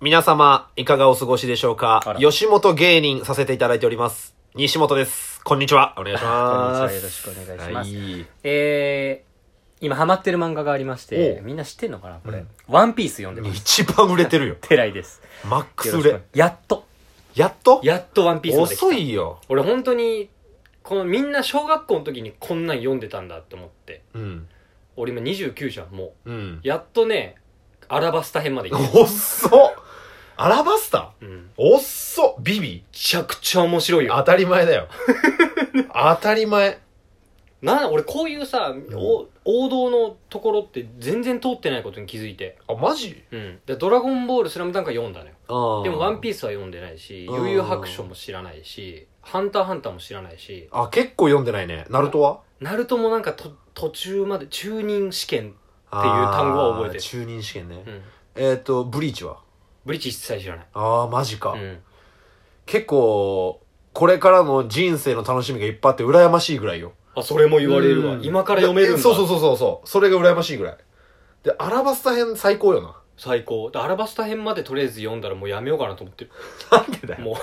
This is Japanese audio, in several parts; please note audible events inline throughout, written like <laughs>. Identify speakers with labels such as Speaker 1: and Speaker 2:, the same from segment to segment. Speaker 1: 皆様、いかがお過ごしでしょう
Speaker 2: あ
Speaker 1: から吉本芸人させていただいております。西本です。こんにちは。お願いし
Speaker 2: こん
Speaker 1: ま
Speaker 2: にちは
Speaker 1: す。
Speaker 2: よろしくお願いします
Speaker 1: はい
Speaker 2: えー、今ハマってる漫画がありまして
Speaker 1: おう
Speaker 2: みんな知ってんのかなこれ、
Speaker 1: うん
Speaker 2: ワンピース読んでます
Speaker 1: 一番売れて
Speaker 2: <laughs>
Speaker 1: るよ。
Speaker 2: 寺井です
Speaker 1: マックス
Speaker 2: よろ
Speaker 1: 売
Speaker 2: し
Speaker 1: れ
Speaker 2: く。やっと
Speaker 1: やっと
Speaker 2: やっとワンピースまで来た
Speaker 1: 遅いよ。
Speaker 2: 俺本当にこのみんな小学校の時にこんなん読んでたんだって思って
Speaker 1: うん。
Speaker 2: 俺今29じゃんも
Speaker 1: うん
Speaker 2: う。やっとねアラバスタ編まで行って
Speaker 1: 遅っそアラバスタ
Speaker 2: るうんめ
Speaker 1: 遅っそビビ
Speaker 2: ちゃくちゃ面白いよ
Speaker 1: 当たり前
Speaker 2: <laughs>
Speaker 1: だよ。当たり前。
Speaker 2: な俺こういうさ、お王道のところって全然通ってないことに気づいて
Speaker 1: あ、マジ
Speaker 2: うんで「ドラゴンボールスラムダンクは読んだのよ
Speaker 1: でも
Speaker 2: でも「ワン
Speaker 1: ース。
Speaker 2: ピースは読んでないし「
Speaker 1: うん
Speaker 2: 悠々白書」も知らないし「ハンターハンター」も知らないし
Speaker 1: あ、結構読んでないね。ナルトは
Speaker 2: ナルトもなんかと途中まで中任試験、
Speaker 1: って
Speaker 2: いう単語は覚えてる
Speaker 1: 中任試験ね
Speaker 2: う。ん、
Speaker 1: えっと、ブリーチは
Speaker 2: ブリッジ一切知らない、
Speaker 1: あー、マジか
Speaker 2: う。ん、
Speaker 1: 結構、これからの人生の楽しみがいっぱいあって羨ましいぐらいよ。
Speaker 2: あそれも言われるわ
Speaker 1: うん
Speaker 2: 今から読めるんだ
Speaker 1: えそうそうそうそうそう。それが羨ましいぐらい。で、アラバスタ編最高よな。
Speaker 2: 最高でアラバスタ編までとりあえず読んだらもうやめよ <laughs> うかなと思
Speaker 1: <laughs>
Speaker 2: ってる
Speaker 1: なんでだよ。
Speaker 2: も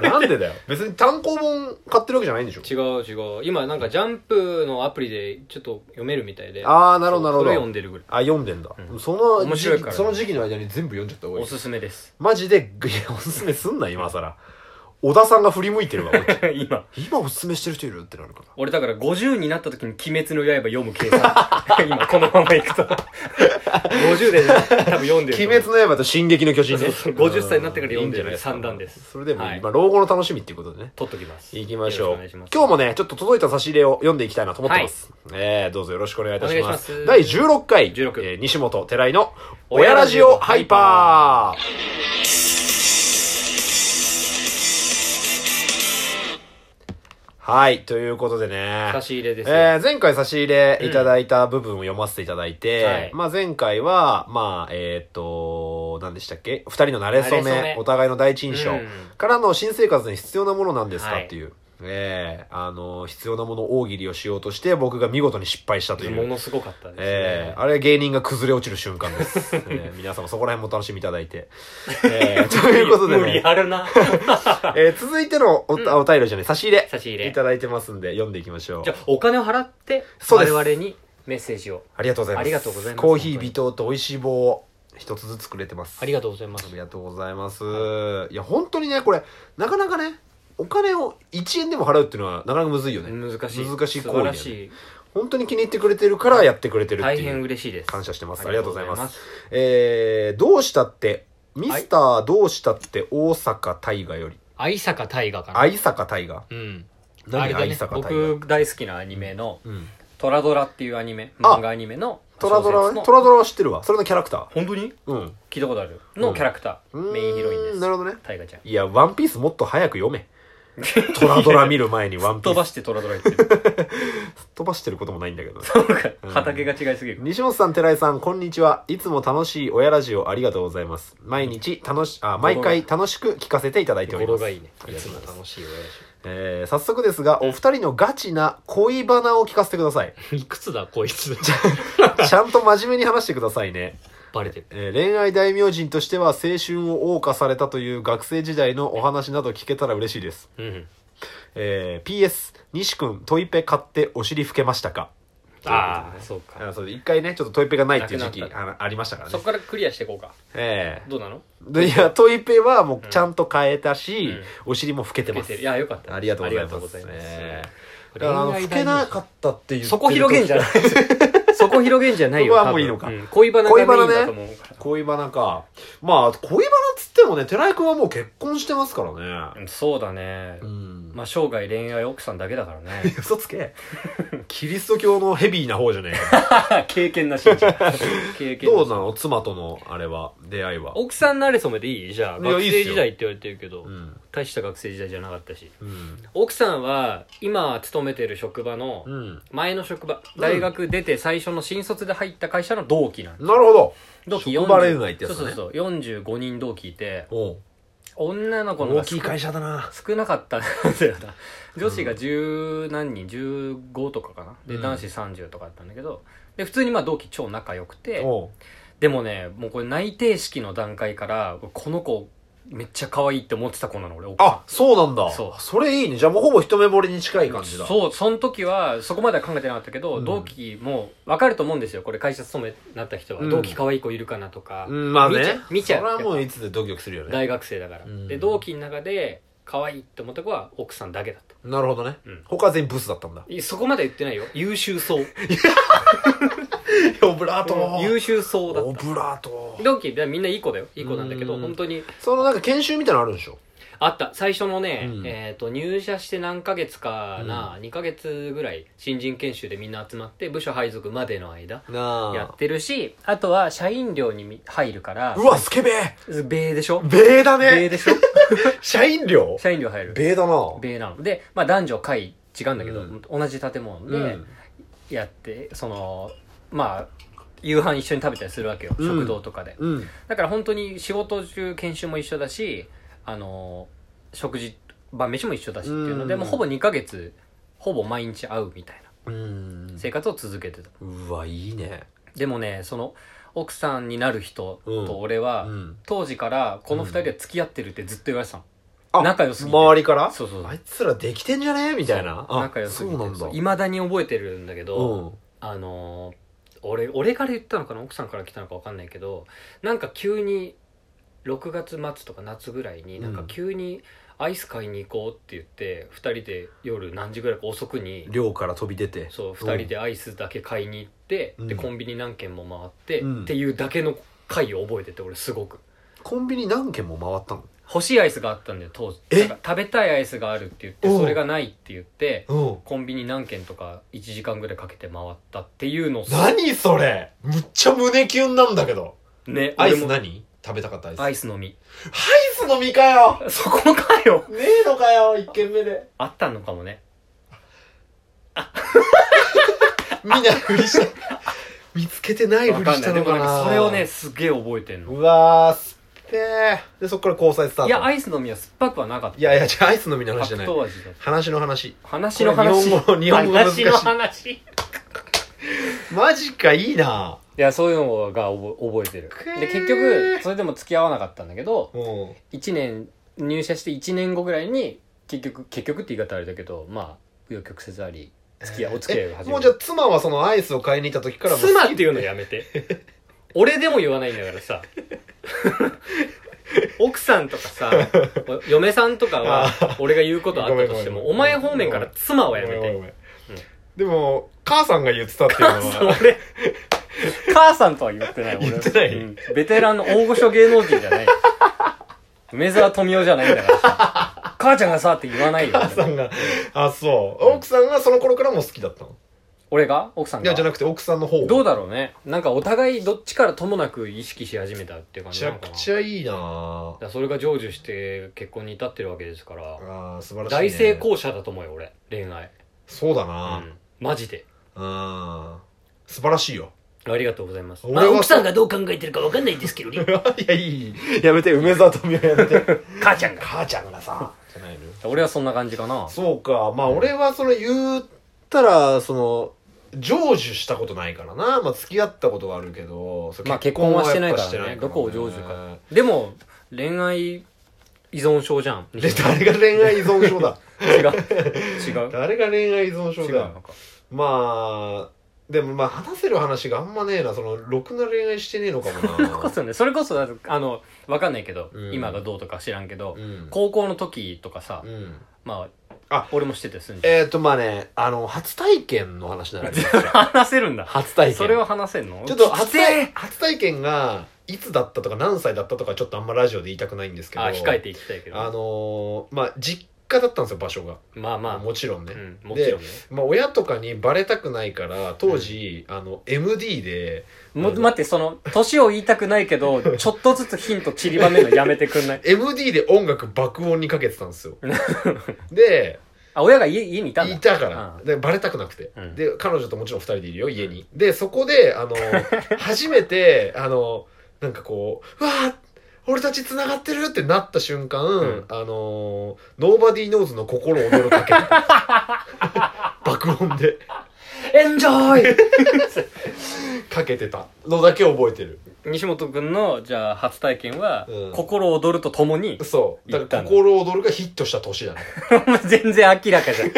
Speaker 2: う
Speaker 1: なんでだよ。別に単行本買ってるわけじゃないんでしょ。
Speaker 2: 違う違う今なんかジャンプのアプリでちょっと読めるみたいで
Speaker 1: あー、なるほどなるほ
Speaker 2: そ
Speaker 1: ど
Speaker 2: れ読ん。でるぐらい
Speaker 1: あ、読んでんだ。
Speaker 2: うん
Speaker 1: その
Speaker 2: 面
Speaker 1: 時
Speaker 2: 白い
Speaker 1: 期、
Speaker 2: からね
Speaker 1: その時期の間に全部読んじゃった方がい
Speaker 2: お
Speaker 1: い。
Speaker 2: すすめです
Speaker 1: マジで、いや、おすすめすんな、今更。小田さんが振り向いてるわ、こ
Speaker 2: <laughs>
Speaker 1: っち
Speaker 2: 今
Speaker 1: <laughs> 今おすすめしてる人いるってなるから。
Speaker 2: 俺だから50になった時に「鬼滅の刃」読む
Speaker 1: <laughs>
Speaker 2: 計算今このままいくと50で多分読んでる
Speaker 1: 鬼滅の刃と進撃の巨人ね。
Speaker 2: そうそう50歳になってから読ん
Speaker 1: いいじ
Speaker 2: でる
Speaker 1: ゃないすか
Speaker 2: 三段です
Speaker 1: それでも、
Speaker 2: はい
Speaker 1: まあ老後の楽しみっていうことでね。
Speaker 2: 取っときます
Speaker 1: 行きましょう
Speaker 2: よろくお願います
Speaker 1: 今日もね、ちょっと届いた差し入れを読んでいきたいなと思ってます。えー、どうぞよろしくお願いいたし
Speaker 2: お願
Speaker 1: ま
Speaker 2: いし
Speaker 1: す。
Speaker 2: ます
Speaker 1: 第16回、
Speaker 2: 16
Speaker 1: えー西本寺井の、親ラジオハイパー。はい、ということでね。
Speaker 2: 差し入れですよ、
Speaker 1: えー前回差し入れいただいた部分を読ませていただいて、
Speaker 2: はい
Speaker 1: まあ前回は、まあ、えーっと、何でしたっけ二人の馴れ初
Speaker 2: 馴れ初
Speaker 1: め
Speaker 2: め、
Speaker 1: お互いの第一印象
Speaker 2: うん
Speaker 1: からの新生活に必要なものなんですか
Speaker 2: はい
Speaker 1: っていう。えーあの、必要なもの大喜利をしようとして、僕が見事に失敗したとい
Speaker 2: も
Speaker 1: う。
Speaker 2: のすごかったですね、
Speaker 1: えー
Speaker 2: <laughs>
Speaker 1: あれ芸人が崩れ落ちる瞬間です。えー皆様そこら辺もお楽しみいただいて。えー <laughs> ということで
Speaker 2: 無理
Speaker 1: ね、
Speaker 2: あ
Speaker 1: <laughs>
Speaker 2: るな
Speaker 1: えー続いてのお,、お便りじゃない、差し入れ
Speaker 2: 差し入れ
Speaker 1: いただいてますんで、読んでいきましょう
Speaker 2: じゃ。あお金を払って
Speaker 1: そう
Speaker 2: 我
Speaker 1: です
Speaker 2: 々にメッセージを
Speaker 1: ありがとうございます。
Speaker 2: ありがとうございます
Speaker 1: コーヒー、微糖と美味しい棒を一つずつくれてます。
Speaker 2: ありがとうございます
Speaker 1: ありがとうございます。いや、本当にね、これ、なかなかね、お金を1円でも払うっていうのはなかなかむずいよね。
Speaker 2: 難しい
Speaker 1: 難しい
Speaker 2: 素
Speaker 1: 行為だ
Speaker 2: 晴
Speaker 1: よ
Speaker 2: ら
Speaker 1: ね
Speaker 2: しい
Speaker 1: 本当に気に入ってくれてるからやってくれてるっ
Speaker 2: 大
Speaker 1: て
Speaker 2: 変
Speaker 1: いう。
Speaker 2: 嬉しいです
Speaker 1: 感謝してます。ありがとうございます。
Speaker 2: ありがとうござい
Speaker 1: えー、どうしたって、ミスターどうしたって大阪大河より、
Speaker 2: 愛坂大河かな
Speaker 1: 愛坂大河。
Speaker 2: うんあ
Speaker 1: 何
Speaker 2: れだね
Speaker 1: 愛坂大河。
Speaker 2: 僕大好きなアニメの
Speaker 1: うん。
Speaker 2: 「トラドラ」っていうアニメ
Speaker 1: あ
Speaker 2: 漫画アニメの
Speaker 1: トラドラ
Speaker 2: 小
Speaker 1: は
Speaker 2: 説
Speaker 1: ね、
Speaker 2: の
Speaker 1: トラドラは知ってるわ。それのキャラクタ
Speaker 2: 本当に
Speaker 1: ー。うん。
Speaker 2: 聞いたことあるのキャラクター、
Speaker 1: うん
Speaker 2: メインヒロインです
Speaker 1: なるほどね
Speaker 2: 大河ちゃん
Speaker 1: いや、ワンピースもっと早く読め。トラドラ見る前にワンピー
Speaker 2: 飛
Speaker 1: ス。
Speaker 2: ばしてトラドラ行ってる
Speaker 1: 飛ばしてることもないんだけど。
Speaker 2: 畑が違いすぎる
Speaker 1: 西本さん、寺井さん、こんにちは。いつも楽しい親ラジオありがとうございます。毎日楽し、あ、毎回楽しく聞かせていただいております。ありがとうございます。
Speaker 2: しい親
Speaker 1: えー、早速ですが、お二人のガチな恋バナを聞かせてくださ <laughs> い。
Speaker 2: いくつだこい <laughs> つ
Speaker 1: ちゃんと真面目に話してくださいね。
Speaker 2: バレてる
Speaker 1: えー恋愛大名人としては青春を謳歌されたという学生時代のお話など聞けたら嬉しいです。
Speaker 2: うん
Speaker 1: えー、PS、西くん、トイペ買ってお尻拭けましたか
Speaker 2: ああそうか
Speaker 1: あそう一回ね、ちょっとトイペがないっていう時期
Speaker 2: なくな
Speaker 1: あのありましたから
Speaker 2: そ
Speaker 1: ね
Speaker 2: こ。からクリアしていこうか
Speaker 1: ええ
Speaker 2: どうなの
Speaker 1: でいや、トイペはもうちゃんと変えたし、
Speaker 2: うん
Speaker 1: お尻も老けてます。
Speaker 2: 出いやよかった
Speaker 1: ありがとうございます。
Speaker 2: ありがとうございます
Speaker 1: ええ
Speaker 2: 恋
Speaker 1: だからあの、
Speaker 2: 愛
Speaker 1: 老
Speaker 2: 大
Speaker 1: け
Speaker 2: 名
Speaker 1: な
Speaker 2: 人
Speaker 1: かったっていう。
Speaker 2: そこ広げんじゃない <laughs> そこ広げんじゃないよ
Speaker 1: そこはもう
Speaker 2: 多分
Speaker 1: いいのか
Speaker 2: ん恋バナがメインだと思うから
Speaker 1: 恋バナか。まあ、恋バナっつってもね、寺井くんはもう結婚してますからね。
Speaker 2: うんそうだね
Speaker 1: うん。
Speaker 2: まあ生涯恋愛奥さんだけだからね
Speaker 1: 嘘つけ。 <laughs> キリスト教のヘビーな方じゃねえ
Speaker 2: <laughs>
Speaker 1: か。
Speaker 2: <laughs> 経験なしじゃん <laughs> 経験な
Speaker 1: ど
Speaker 2: し
Speaker 1: うなの妻との、あれは、出会いは。
Speaker 2: 奥さん慣れ染めでいいじゃあ
Speaker 1: いや
Speaker 2: 学
Speaker 1: いいっ
Speaker 2: 生
Speaker 1: すよ
Speaker 2: 時代って言われてるけど
Speaker 1: うん。
Speaker 2: 大した学生時代じゃなかったし
Speaker 1: うん。
Speaker 2: 奥さんは今勤めてる職場の
Speaker 1: うん。
Speaker 2: 前の職場
Speaker 1: うん
Speaker 2: 大学出て最初の新卒で入った会社の同期なん
Speaker 1: なるほど。
Speaker 2: 同期
Speaker 1: 職場
Speaker 2: 40
Speaker 1: 恋愛ってやつだね
Speaker 2: そうそうそう45人同期いて
Speaker 1: おう
Speaker 2: 女の子の
Speaker 1: 大
Speaker 2: が
Speaker 1: きい会社だな。
Speaker 2: 少なかったんだよな女子が十何人15とかかなで
Speaker 1: うん
Speaker 2: 男子30とかだったんだけどで普通にまあ同期超仲良くて
Speaker 1: おう
Speaker 2: でもねもうこれ内定式の段階からこの子めっちゃ可愛いって思ってた子なの俺奥さん
Speaker 1: あ、そうなんだ。
Speaker 2: そう
Speaker 1: それいいね。じゃあもうほぼ一目惚れに近い感じだ。
Speaker 2: そうその時はそこまでは考えてなかったけど、
Speaker 1: うん
Speaker 2: 同期も分かると思うんですよこれ会社勤めになった人は、
Speaker 1: うん
Speaker 2: 同期可愛い子いるかなとか、
Speaker 1: うん、まあ
Speaker 2: 見ち
Speaker 1: ね
Speaker 2: ゃ。見ちゃう
Speaker 1: それはもういつでドキドキするよね。
Speaker 2: 大学生だから、
Speaker 1: うん
Speaker 2: で同期の中で可愛いって思った子は奥さんだけだった
Speaker 1: なるほどね
Speaker 2: うん。
Speaker 1: 他は全部ブスだったんだ。
Speaker 2: いそこまでは言ってないよ優秀そう
Speaker 1: オブラート
Speaker 2: 優秀そうだ
Speaker 1: オ
Speaker 2: った
Speaker 1: ブラート
Speaker 2: 同期でみんないい子だよいい子なんだけど、
Speaker 1: うん
Speaker 2: 本当に
Speaker 1: そのなんか研修みたいなのあるんでしょ
Speaker 2: あった最初のね、
Speaker 1: うん
Speaker 2: えー、と入社して何ヶ月かな、2ヶ月ぐらい新人研修でみんな集まって部署配属までの間
Speaker 1: な
Speaker 2: やってるしあとは社員寮にみ入るから
Speaker 1: うわ、スケベ
Speaker 2: 米でしょ
Speaker 1: 米だ
Speaker 2: 米
Speaker 1: ね
Speaker 2: で
Speaker 1: <laughs>
Speaker 2: しょ
Speaker 1: 社員寮
Speaker 2: 社員寮入る
Speaker 1: 米だな
Speaker 2: 米なので、まあ、男女会違うんだけど、
Speaker 1: うん
Speaker 2: 同じ建物
Speaker 1: う
Speaker 2: で
Speaker 1: ん。
Speaker 2: やって、そのまあ夕飯一緒に食べたりするわけよ、
Speaker 1: うん
Speaker 2: 食堂とかで
Speaker 1: うん。
Speaker 2: だから本当に仕事中研修も一緒だしあの食事晩飯も一緒だしっていうので、
Speaker 1: うん
Speaker 2: もうほぼ2ヶ月ほぼ毎日会うみたいな
Speaker 1: うん。
Speaker 2: 生活を続けてた
Speaker 1: うわ、いいね。
Speaker 2: でもねその奥さんになる人と俺は、
Speaker 1: うん。
Speaker 2: 当時からこの2人は付き合ってるってずっと言われてたの、
Speaker 1: あ
Speaker 2: 仲良すぎて
Speaker 1: 周りから
Speaker 2: そうそう
Speaker 1: あいつらできてんじゃねみたいな。あ
Speaker 2: 仲良すぎて
Speaker 1: そうなんだ。
Speaker 2: いまだに覚えてるんだけど、
Speaker 1: うん。
Speaker 2: あのー俺俺から言ったのかな奥さんから来たのか分かんないけどなんか急に6月末とか夏ぐらいに
Speaker 1: うん
Speaker 2: なんか急にアイス買いに行こうって言って、二2人で夜何時ぐらいか遅くに
Speaker 1: 寮から飛び出て。
Speaker 2: そう2人でアイスだけ買いに行って、
Speaker 1: うん
Speaker 2: でコンビニ何軒も回って、
Speaker 1: うん
Speaker 2: っていうだけの回を覚えてて俺すごく
Speaker 1: コンビニ何軒も回ったの
Speaker 2: 欲しいアイスがあったんだよ当時
Speaker 1: え
Speaker 2: なんか食べたいアイスがあるって言って
Speaker 1: おう
Speaker 2: それがないって言って
Speaker 1: うん。
Speaker 2: コンビニ何軒とか1時間ぐらいかけて回ったっていうのを
Speaker 1: 何それむっちゃ胸キュンなんだけど。
Speaker 2: ね
Speaker 1: アイス
Speaker 2: 俺も
Speaker 1: 何食べたかったアイス。
Speaker 2: ア
Speaker 1: アイ
Speaker 2: イスのみ
Speaker 1: ス飲みかよ
Speaker 2: そこかよ
Speaker 1: ねえのかよ、一軒目で。
Speaker 2: あったのかもね
Speaker 1: みんなふりした。 <laughs> 見つけてないふりしたのか
Speaker 2: わんいでもん
Speaker 1: な
Speaker 2: それをねすげえ覚えてんの
Speaker 1: うわー、すっぺー。で、そっから交際スタート。
Speaker 2: いやアイスのみは酸っぱくはなかった
Speaker 1: いやいや、じゃあアイスのみの話じゃ
Speaker 2: 白
Speaker 1: ない。
Speaker 2: 桃味だった
Speaker 1: 話の話。
Speaker 2: 話の話
Speaker 1: これ日本語日本語難しい
Speaker 2: 話の話い
Speaker 1: マジか、いいな
Speaker 2: やそういうのが覚覚えてるで結局それでも付き合わなかったんだけど
Speaker 1: うん。
Speaker 2: 1年入社して1年後ぐらいに結局結局って言い方あれだけどまあ紆余曲折あり付き合いお付き合いが始
Speaker 1: も
Speaker 2: ま
Speaker 1: うじゃあ
Speaker 2: る
Speaker 1: 妻はそのアイスを買いに行った時からも
Speaker 2: 妻っていうの
Speaker 1: や。
Speaker 2: やめて俺でも言わないんだから <laughs> さ奥さんとかさお嫁さんとかは俺が言うことあったとしても
Speaker 1: ご
Speaker 2: お
Speaker 1: めん
Speaker 2: 前
Speaker 1: ごめん
Speaker 2: 方面から妻はやめ
Speaker 1: ごめんご
Speaker 2: て
Speaker 1: めんでも、母さんが言ってたっていうの
Speaker 2: そう
Speaker 1: は、
Speaker 2: 俺母さんとは言ってない俺
Speaker 1: 言ってない
Speaker 2: うんベテランの大御所芸能人じゃない梅沢富美男じゃないんだからさ母ちゃんがさって言わないよ
Speaker 1: 母さんが、あ、そう。奥さんがその頃からも好きだったの
Speaker 2: 俺が奥さん
Speaker 1: い
Speaker 2: が
Speaker 1: や、じゃなくて奥さんの方
Speaker 2: どう
Speaker 1: だ
Speaker 2: だろうねなんかお互いどっちからともなく意識し始めたっていう感
Speaker 1: め
Speaker 2: じ
Speaker 1: ち
Speaker 2: な
Speaker 1: ゃ
Speaker 2: のか
Speaker 1: く
Speaker 2: な
Speaker 1: ちゃいいな
Speaker 2: だからそれが成就して結婚に至ってるわけですから
Speaker 1: あー素晴らしい、ね。
Speaker 2: 大成。功者だと思うよ俺恋愛
Speaker 1: そうだ
Speaker 2: う
Speaker 1: な、
Speaker 2: んマジで
Speaker 1: うん、素晴らしいよ。 <laughs>
Speaker 2: ありがとうございます
Speaker 1: 俺
Speaker 2: ま
Speaker 1: は
Speaker 2: あ奥さんがどう考えてるか分かんないですけどね
Speaker 1: いや、いい。やめて、梅沢富美男やめて。
Speaker 2: 母ちゃんが
Speaker 1: <laughs> 母ちゃんがさ、じゃないのよ
Speaker 2: 俺はそんな感じかな
Speaker 1: そうか。まあ、俺はその言ったら、その、成就したことないからな。まあ、付き合ったことはあるけど、それ
Speaker 2: まあ結婚はしてないからね
Speaker 1: 結婚はやっぱ
Speaker 2: どこを
Speaker 1: して
Speaker 2: 成
Speaker 1: ない
Speaker 2: 就
Speaker 1: からね
Speaker 2: かでも恋愛依存症じゃん違う
Speaker 1: で誰が恋愛依存症だ <laughs>
Speaker 2: 違う
Speaker 1: 誰が恋愛依存症
Speaker 2: 違う
Speaker 1: だ
Speaker 2: のか
Speaker 1: まあでもまあ話せる話があんまねえなそのろくな恋愛してねえのかも
Speaker 2: <laughs> こ
Speaker 1: な
Speaker 2: そねそれこそだとあの分かんないけど、
Speaker 1: うん
Speaker 2: 今がどうとか知らんけど、
Speaker 1: うん、
Speaker 2: 高校の時とかさ、
Speaker 1: うん、
Speaker 2: まあ
Speaker 1: あ
Speaker 2: 俺もしててすんじゃん
Speaker 1: えっ、ー、とまあねあの初体験の話
Speaker 2: <laughs>
Speaker 1: なら
Speaker 2: 話せるんだ
Speaker 1: 初体験
Speaker 2: それを話せんの
Speaker 1: ちょっと
Speaker 2: き
Speaker 1: 初
Speaker 2: て
Speaker 1: 体初体験がいつだったとか何歳だったとかちょっとあんまラジオで言いたくないんですけど
Speaker 2: あ控えていきたいけど
Speaker 1: あのーまあ実家だったんですよ場所が、
Speaker 2: まあまあ
Speaker 1: もちろんね、
Speaker 2: うん、もちろんね
Speaker 1: まあ、親とかにバレたくないから当時、あの MD で
Speaker 2: も待ってその年を言いたくないけど <laughs> ちょっとずつヒント散りばめるのやめてくん <laughs> ない
Speaker 1: MD で音楽爆音にかけてたんです
Speaker 2: <laughs>
Speaker 1: よで
Speaker 2: あ親が家家にいたんだ
Speaker 1: いたから、
Speaker 2: う
Speaker 1: でバレたくなくて、
Speaker 2: うん
Speaker 1: で彼女ともちろん2人でいるよ家に、でそこで
Speaker 2: <laughs>
Speaker 1: あの初めてあのなんかこううわー俺たち繋がってるってなった瞬間、
Speaker 2: うん
Speaker 1: あのノーバディーノーズの心躍るかけた
Speaker 2: <laughs>
Speaker 1: 爆音で
Speaker 2: エンジョイ
Speaker 1: かけてたのだけ覚えてる
Speaker 2: <laughs> 西本君のじゃあ初体験は、
Speaker 1: うん
Speaker 2: 心躍るととも <laughs> に
Speaker 1: そう。だ
Speaker 2: 行った
Speaker 1: から
Speaker 2: の
Speaker 1: 心躍るがヒットした年だね。
Speaker 2: 全然明らかじゃん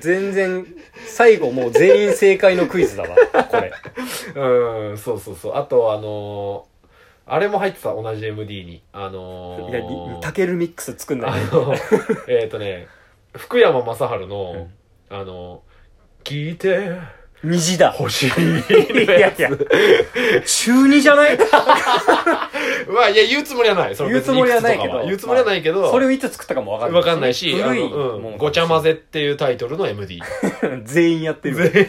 Speaker 2: 全然最後もう全員正解のクイズだわこれ
Speaker 1: うん、そうそうそう。あと、あのーあれも入ってた、同じ MD に。あのー
Speaker 2: タケルミックス作んな
Speaker 1: あ
Speaker 2: い
Speaker 1: の、 <laughs> えっとね、福山雅治の、
Speaker 2: うん
Speaker 1: あの、聞いて
Speaker 2: 虹だ
Speaker 1: ほしい。
Speaker 2: いやいや中二じゃない
Speaker 1: まあ、いや、言うつもりはない。その別に
Speaker 2: 言うつもりはないけ
Speaker 1: くつ
Speaker 2: ど
Speaker 1: とか言うつもりはないけど、
Speaker 2: それをいつ作ったかもわかんない
Speaker 1: わかんないし、
Speaker 2: 古い
Speaker 1: あのうん
Speaker 2: も
Speaker 1: ごちゃ混
Speaker 2: ぜ
Speaker 1: ぜっていうタイトルの MD
Speaker 2: <laughs> 全員やってる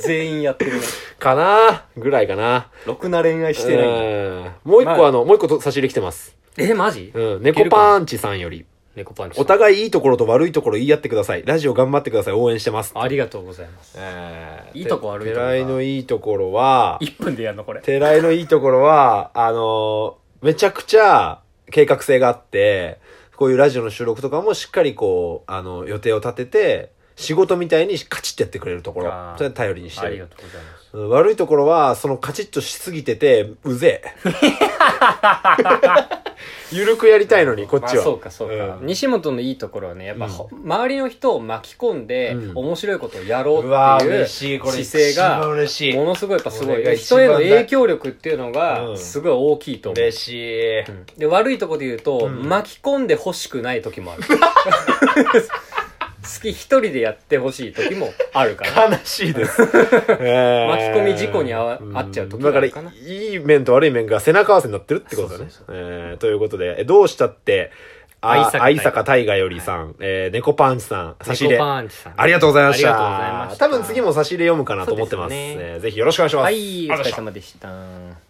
Speaker 2: 全員やってるね
Speaker 1: <laughs> かなぐらいかな。
Speaker 2: ろくな恋愛してない
Speaker 1: うんもう一個、
Speaker 2: まあ
Speaker 1: あの、もう一個と差し入れ来てます。
Speaker 2: えマジ
Speaker 1: うん、猫パンチさんより。
Speaker 2: 猫パンチ
Speaker 1: お互いいいところと悪いところ言い合ってください。ラジオ頑張ってください。応援してます。
Speaker 2: ありがとうございます
Speaker 1: えー
Speaker 2: いいとこ悪いとこが
Speaker 1: 寺井のいいところは、
Speaker 2: 1分でやるのこれ
Speaker 1: 寺井のいいところは、あのーめちゃくちゃ計画性があって、こういうラジオの収録とかもしっかりこう、あの、予定を立てて、仕事みたいにカチッとやってくれるところ
Speaker 2: あ。ー
Speaker 1: それ頼りにして
Speaker 2: ありが
Speaker 1: る。
Speaker 2: とうございます
Speaker 1: うん悪いところは、そのカチッとしすぎてて、うぜ
Speaker 2: <laughs>
Speaker 1: え。 <laughs> ゆるくやりたいのに、こっち
Speaker 2: まあ
Speaker 1: は。
Speaker 2: そうかそうか、
Speaker 1: うん
Speaker 2: 西本のいいところはねやっぱ、ほ周りの人を巻き込んで、
Speaker 1: うん
Speaker 2: 面白いことをやろうって
Speaker 1: うわー
Speaker 2: い
Speaker 1: 嬉
Speaker 2: う
Speaker 1: しいこれ
Speaker 2: 姿勢が
Speaker 1: 一番嬉しい
Speaker 2: ものすごいやっぱすご
Speaker 1: これが
Speaker 2: い
Speaker 1: 一番
Speaker 2: 人
Speaker 1: 大
Speaker 2: への影響力っていうの
Speaker 1: う
Speaker 2: が
Speaker 1: ん
Speaker 2: すごい大きいと思う、
Speaker 1: 嬉しい。
Speaker 2: うんで悪いところで言うと、
Speaker 1: ん
Speaker 2: 巻き込んでほしくない
Speaker 1: <laughs>
Speaker 2: 時もある好き一人でやってほしい時もあるから
Speaker 1: 悲しい
Speaker 2: <laughs>
Speaker 1: です。巻き
Speaker 2: 込み事故にあわ遭っちゃう時があるか
Speaker 1: だ
Speaker 2: な
Speaker 1: から、いい面と悪い面が背中合わせになってるってことだね。
Speaker 2: そう
Speaker 1: えーということで、えどうしたって、あ
Speaker 2: 愛坂
Speaker 1: 愛坂大河よりさん、えー猫パンチさ <laughs> ん、差し入れ
Speaker 2: 猫。パンチさん
Speaker 1: ありがとうございました。
Speaker 2: ありがとうございました
Speaker 1: 多分次も差し入れ読むかなと思ってます。
Speaker 2: そうですよね
Speaker 1: えーぜひよろしくお願いします。
Speaker 2: はいお
Speaker 1: あ
Speaker 2: 疲れ
Speaker 1: りがとうございました
Speaker 2: 様でした